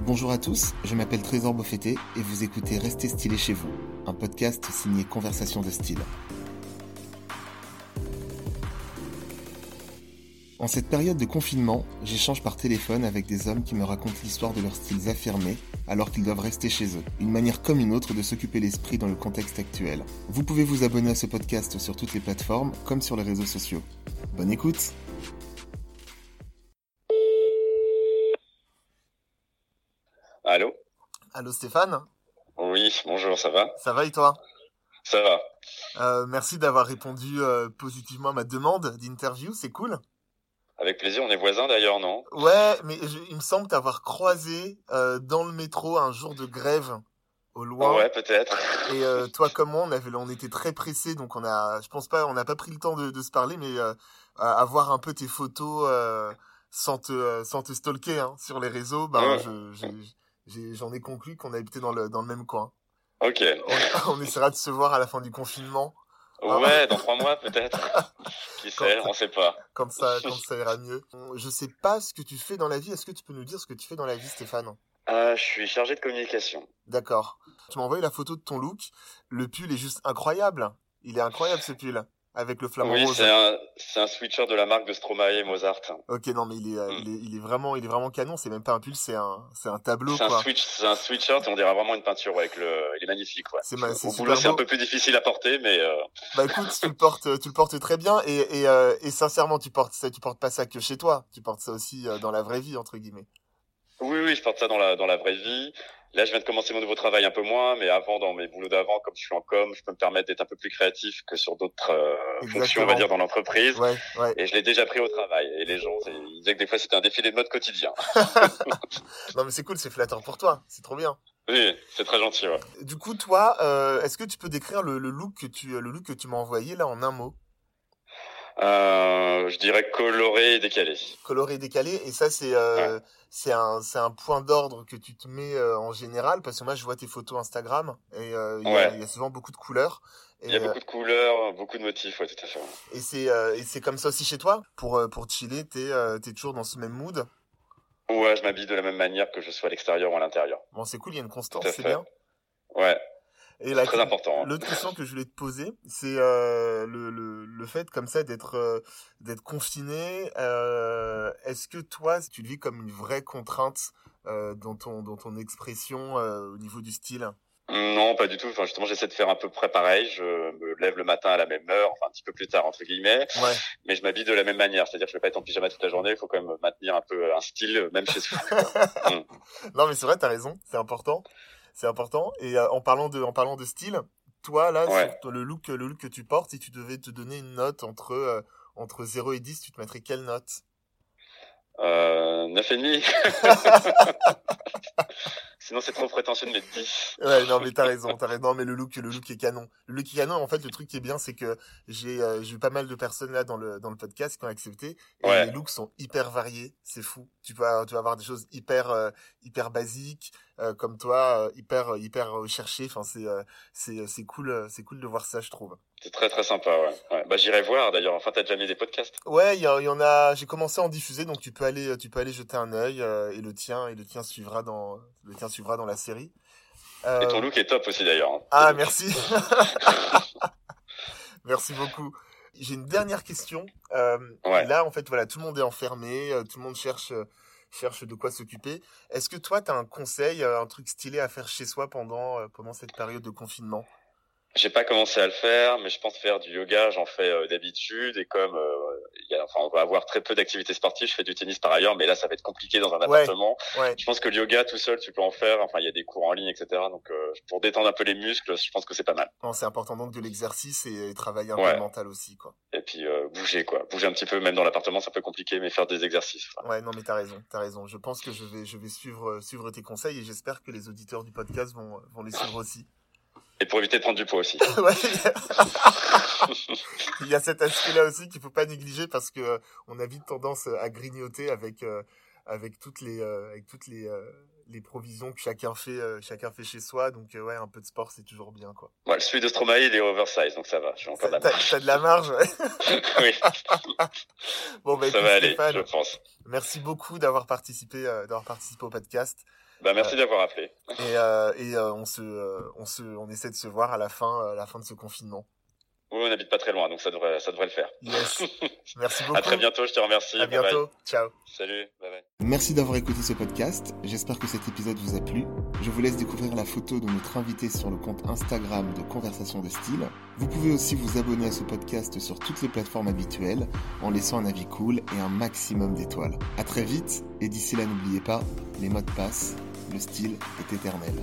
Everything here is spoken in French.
Bonjour à tous, je m'appelle Trésor Beaufetté et vous écoutez Restez stylé chez vous, un podcast signé Conversation de style. En cette période de confinement, j'échange par téléphone avec des hommes qui me racontent l'histoire de leurs styles affirmés alors qu'ils doivent rester chez eux. Une manière comme une autre de s'occuper l'esprit dans le contexte actuel. Vous pouvez vous abonner à ce podcast sur toutes les plateformes comme sur les réseaux sociaux. Bonne écoute Allô Allô Stéphane, Oui, bonjour, ça va ça va et toi Ça va. Euh, Merci d'avoir répondu euh, positivement à ma demande d'interview, c'est cool. Avec plaisir, on est voisins d'ailleurs, non Ouais, mais je- il me semble t'avoir croisé euh, dans le métro un jour de grève au Loir. Ouais, peut-être. Et euh, toi comme moi, on, avait, on était très pressés, donc on a, je pense pas, on n'a pas pris le temps de, de se parler, mais euh, à- avoir un peu tes photos euh, sans te euh, sans te stalker hein, sur les réseaux, ben Ouais. je- j'ai- j'ai- j'en ai conclu qu'on habitait dans le dans le même coin. Ok. On, on essaiera de se voir à la fin du confinement Ah. Ouais, dans trois mois peut-être. Qui sait, on sait pas. quand ça quand ça ira mieux. Je sais pas ce que tu fais dans la vie. Est-ce que tu peux nous dire ce que tu fais dans la vie, Stéphane Ah, je suis chargé de communication. D'accord. Tu m'as envoyé la photo de ton look. Le pull est juste incroyable. Il est incroyable ce pull avec le flamant Oui, rose. c'est un, c'est un switcher de la marque de Stromae et Mozart. Ok, non mais il est, euh, Mm. il est, il est vraiment, il est vraiment canon. C'est même pas un pull, c'est un, c'est un tableau C'est un quoi. switch, c'est un sweatshirt et on dirait vraiment une peinture ouais, avec le, il est magnifique ouais. C'est ma- Ah, c'est Au super boulot, c'est un beau. peu plus difficile à porter, mais euh, Bah écoute, tu le portes, tu le portes très bien et et, euh, et sincèrement, tu portes ça, tu portes pas ça que chez toi. Tu portes ça aussi euh, dans la vraie vie entre guillemets. oui, oui, je porte ça dans la dans la vraie vie. Là, je viens de commencer mon nouveau travail un peu moins, mais avant, dans mes boulots d'avant, comme je suis en com, je peux me permettre d'être un peu plus créatif que sur d'autres euh, fonctions, on Exactement. va dire, dans l'entreprise. Ouais, ouais. Et je l'ai déjà pris au travail. Et les gens, c'est- ils disaient que des fois, c'était un défilé de mode quotidien. Non mais c'est cool, c'est flatteur pour toi. C'est trop bien. Oui, c'est très gentil. Ouais. Du coup, toi, euh, est-ce que tu peux décrire le, le look que tu, le look que tu m'as envoyé là en un mot? Euh, je dirais coloré et décalé. coloré décalé et ça c'est euh, c'est un c'est un point d'ordre que tu te mets euh, en général parce que moi je vois tes photos Instagram et euh, il y a- Ouais. il y, a souvent beaucoup de couleurs Il y et, a beaucoup de couleurs, beaucoup de motifs, ouais, tout à fait. euh, et c'est euh, et c'est comme ça aussi chez toi pour euh, pour chiller t'es euh, t'es toujours dans ce même mood Ouais, je m'habille de la même manière que je sois à l'extérieur ou à l'intérieur. bon c'est cool il y a une constance Tout à c'est fait. bien Ouais, et la très important. hein. l'autre question que je voulais te poser c'est euh, le, le le fait comme ça d'être euh, d'être confiné euh, est-ce que toi tu le vis comme une vraie contrainte euh, dans ton dans ton expression euh, au niveau du style Non, pas du tout. Enfin, justement, j'essaie de faire à peu près pareil. Je me lève le matin à la même heure, enfin un petit peu plus tard entre guillemets, ouais mais je m'habille de la même manière. C'est-à-dire que je vais pas être en pyjama toute la journée. Il faut quand même maintenir un peu un style, même chez soi. Non, mais c'est vrai, t'as raison, c'est important. C'est important. Et euh, en, parlant de, en parlant de style, toi, là, Ouais. sur ton- le, look, le look que tu portes, si tu devais te donner une note entre, euh, entre 0 et 10, tu te mettrais quelle note Euh, 9,5 Sinon c'est trop prétentieux de mettre 10. Ouais, non, mais t'as raison, t'as raison. Non, mais le look, le look est canon. Le look est canon, en fait, le truc qui est bien, c'est que j'ai euh, j'ai eu pas mal de personnes là dans le, dans le podcast qui ont accepté. Et Ouais. les looks sont hyper variés, c'est fou. Tu vas, tu vas avoir des choses hyper, euh, hyper basiques, euh, comme toi, euh, hyper, hyper recherchées. Enfin, c'est euh, c'est c'est cool, euh, c'est cool de voir ça, je trouve. C'est très très sympa, ouais. ouais. Bah j'irai voir d'ailleurs. Enfin t'as déjà mis des podcasts. Ouais, il y, a- il y en a. J'ai commencé à en diffuser, donc tu peux aller, tu peux aller jeter un œil euh, et le tien et le tien suivra dans le tien suivra dans la série. Euh, Et ton look est top aussi d'ailleurs. hein. Ah merci, merci beaucoup. J'ai une dernière question. Euh, Ouais. Là, en fait, voilà, tout le monde est enfermé, euh, tout le monde cherche euh, cherche de quoi s'occuper. Est-ce que toi, t'as un conseil, euh, un truc stylé à faire chez soi pendant euh, pendant cette période de confinement J'ai pas commencé à le faire, mais je pense faire du yoga. J'en fais euh, d'habitude et comme euh, il y a, enfin on va avoir très peu d'activités sportives. Je fais du tennis par ailleurs, mais là ça va être compliqué dans un Ouais. appartement. Ouais. Je pense que le yoga tout seul tu peux en faire. Enfin il y a des cours en ligne etc. Donc euh, pour détendre un peu les muscles, je pense que c'est pas mal. Non, c'est important donc de l'exercice et, et travailler un peu Ouais. le mental aussi, quoi. Et puis euh, bouger quoi, bouger un petit peu même dans l'appartement c'est un peu compliqué, mais faire des exercices. ouais. Ouais, non, mais t'as raison, t'as raison. Je pense que je vais, je vais suivre, euh, suivre tes conseils et j'espère que les auditeurs du podcast vont, euh, vont les suivre aussi. Et pour éviter de prendre du poids aussi. Ouais, il y a- il y a cet aspect-là aussi qu'il faut pas négliger parce que euh, on a vite tendance euh, à grignoter avec, euh, avec toutes les, euh, avec toutes les, euh, les provisions que chacun fait, euh, chacun fait chez soi. Donc, euh, ouais, un peu de sport, c'est toujours bien, quoi. Bon, le celui de Stromae, il est oversize, donc ça va. Je suis encore T'as d'accord. t'as de la marge. ouais. oui, Bon, bah, ça écoute, va aller, Stéphane, je pense. merci beaucoup d'avoir participé, euh, d'avoir participé au podcast. Bah, merci d'avoir appelé. Et, euh, et euh, on, se, euh, on, se, on essaie de se voir à la fin, euh, à la fin de ce confinement. Oui, on n'habite pas très loin, donc ça devrait, ça devrait le faire. Yes. Merci beaucoup. À très bientôt, je te remercie. À Bye bye. bientôt. Ciao. Salut, bye bye. Merci d'avoir écouté ce podcast. J'espère que cet épisode vous a plu. Je vous laisse découvrir la photo de notre invité sur le compte Instagram de Conversation de Style. Vous pouvez aussi vous abonner à ce podcast sur toutes les plateformes habituelles en laissant un avis cool et un maximum d'étoiles. À très vite et d'ici là n'oubliez pas, les mots de passe, le style est éternel.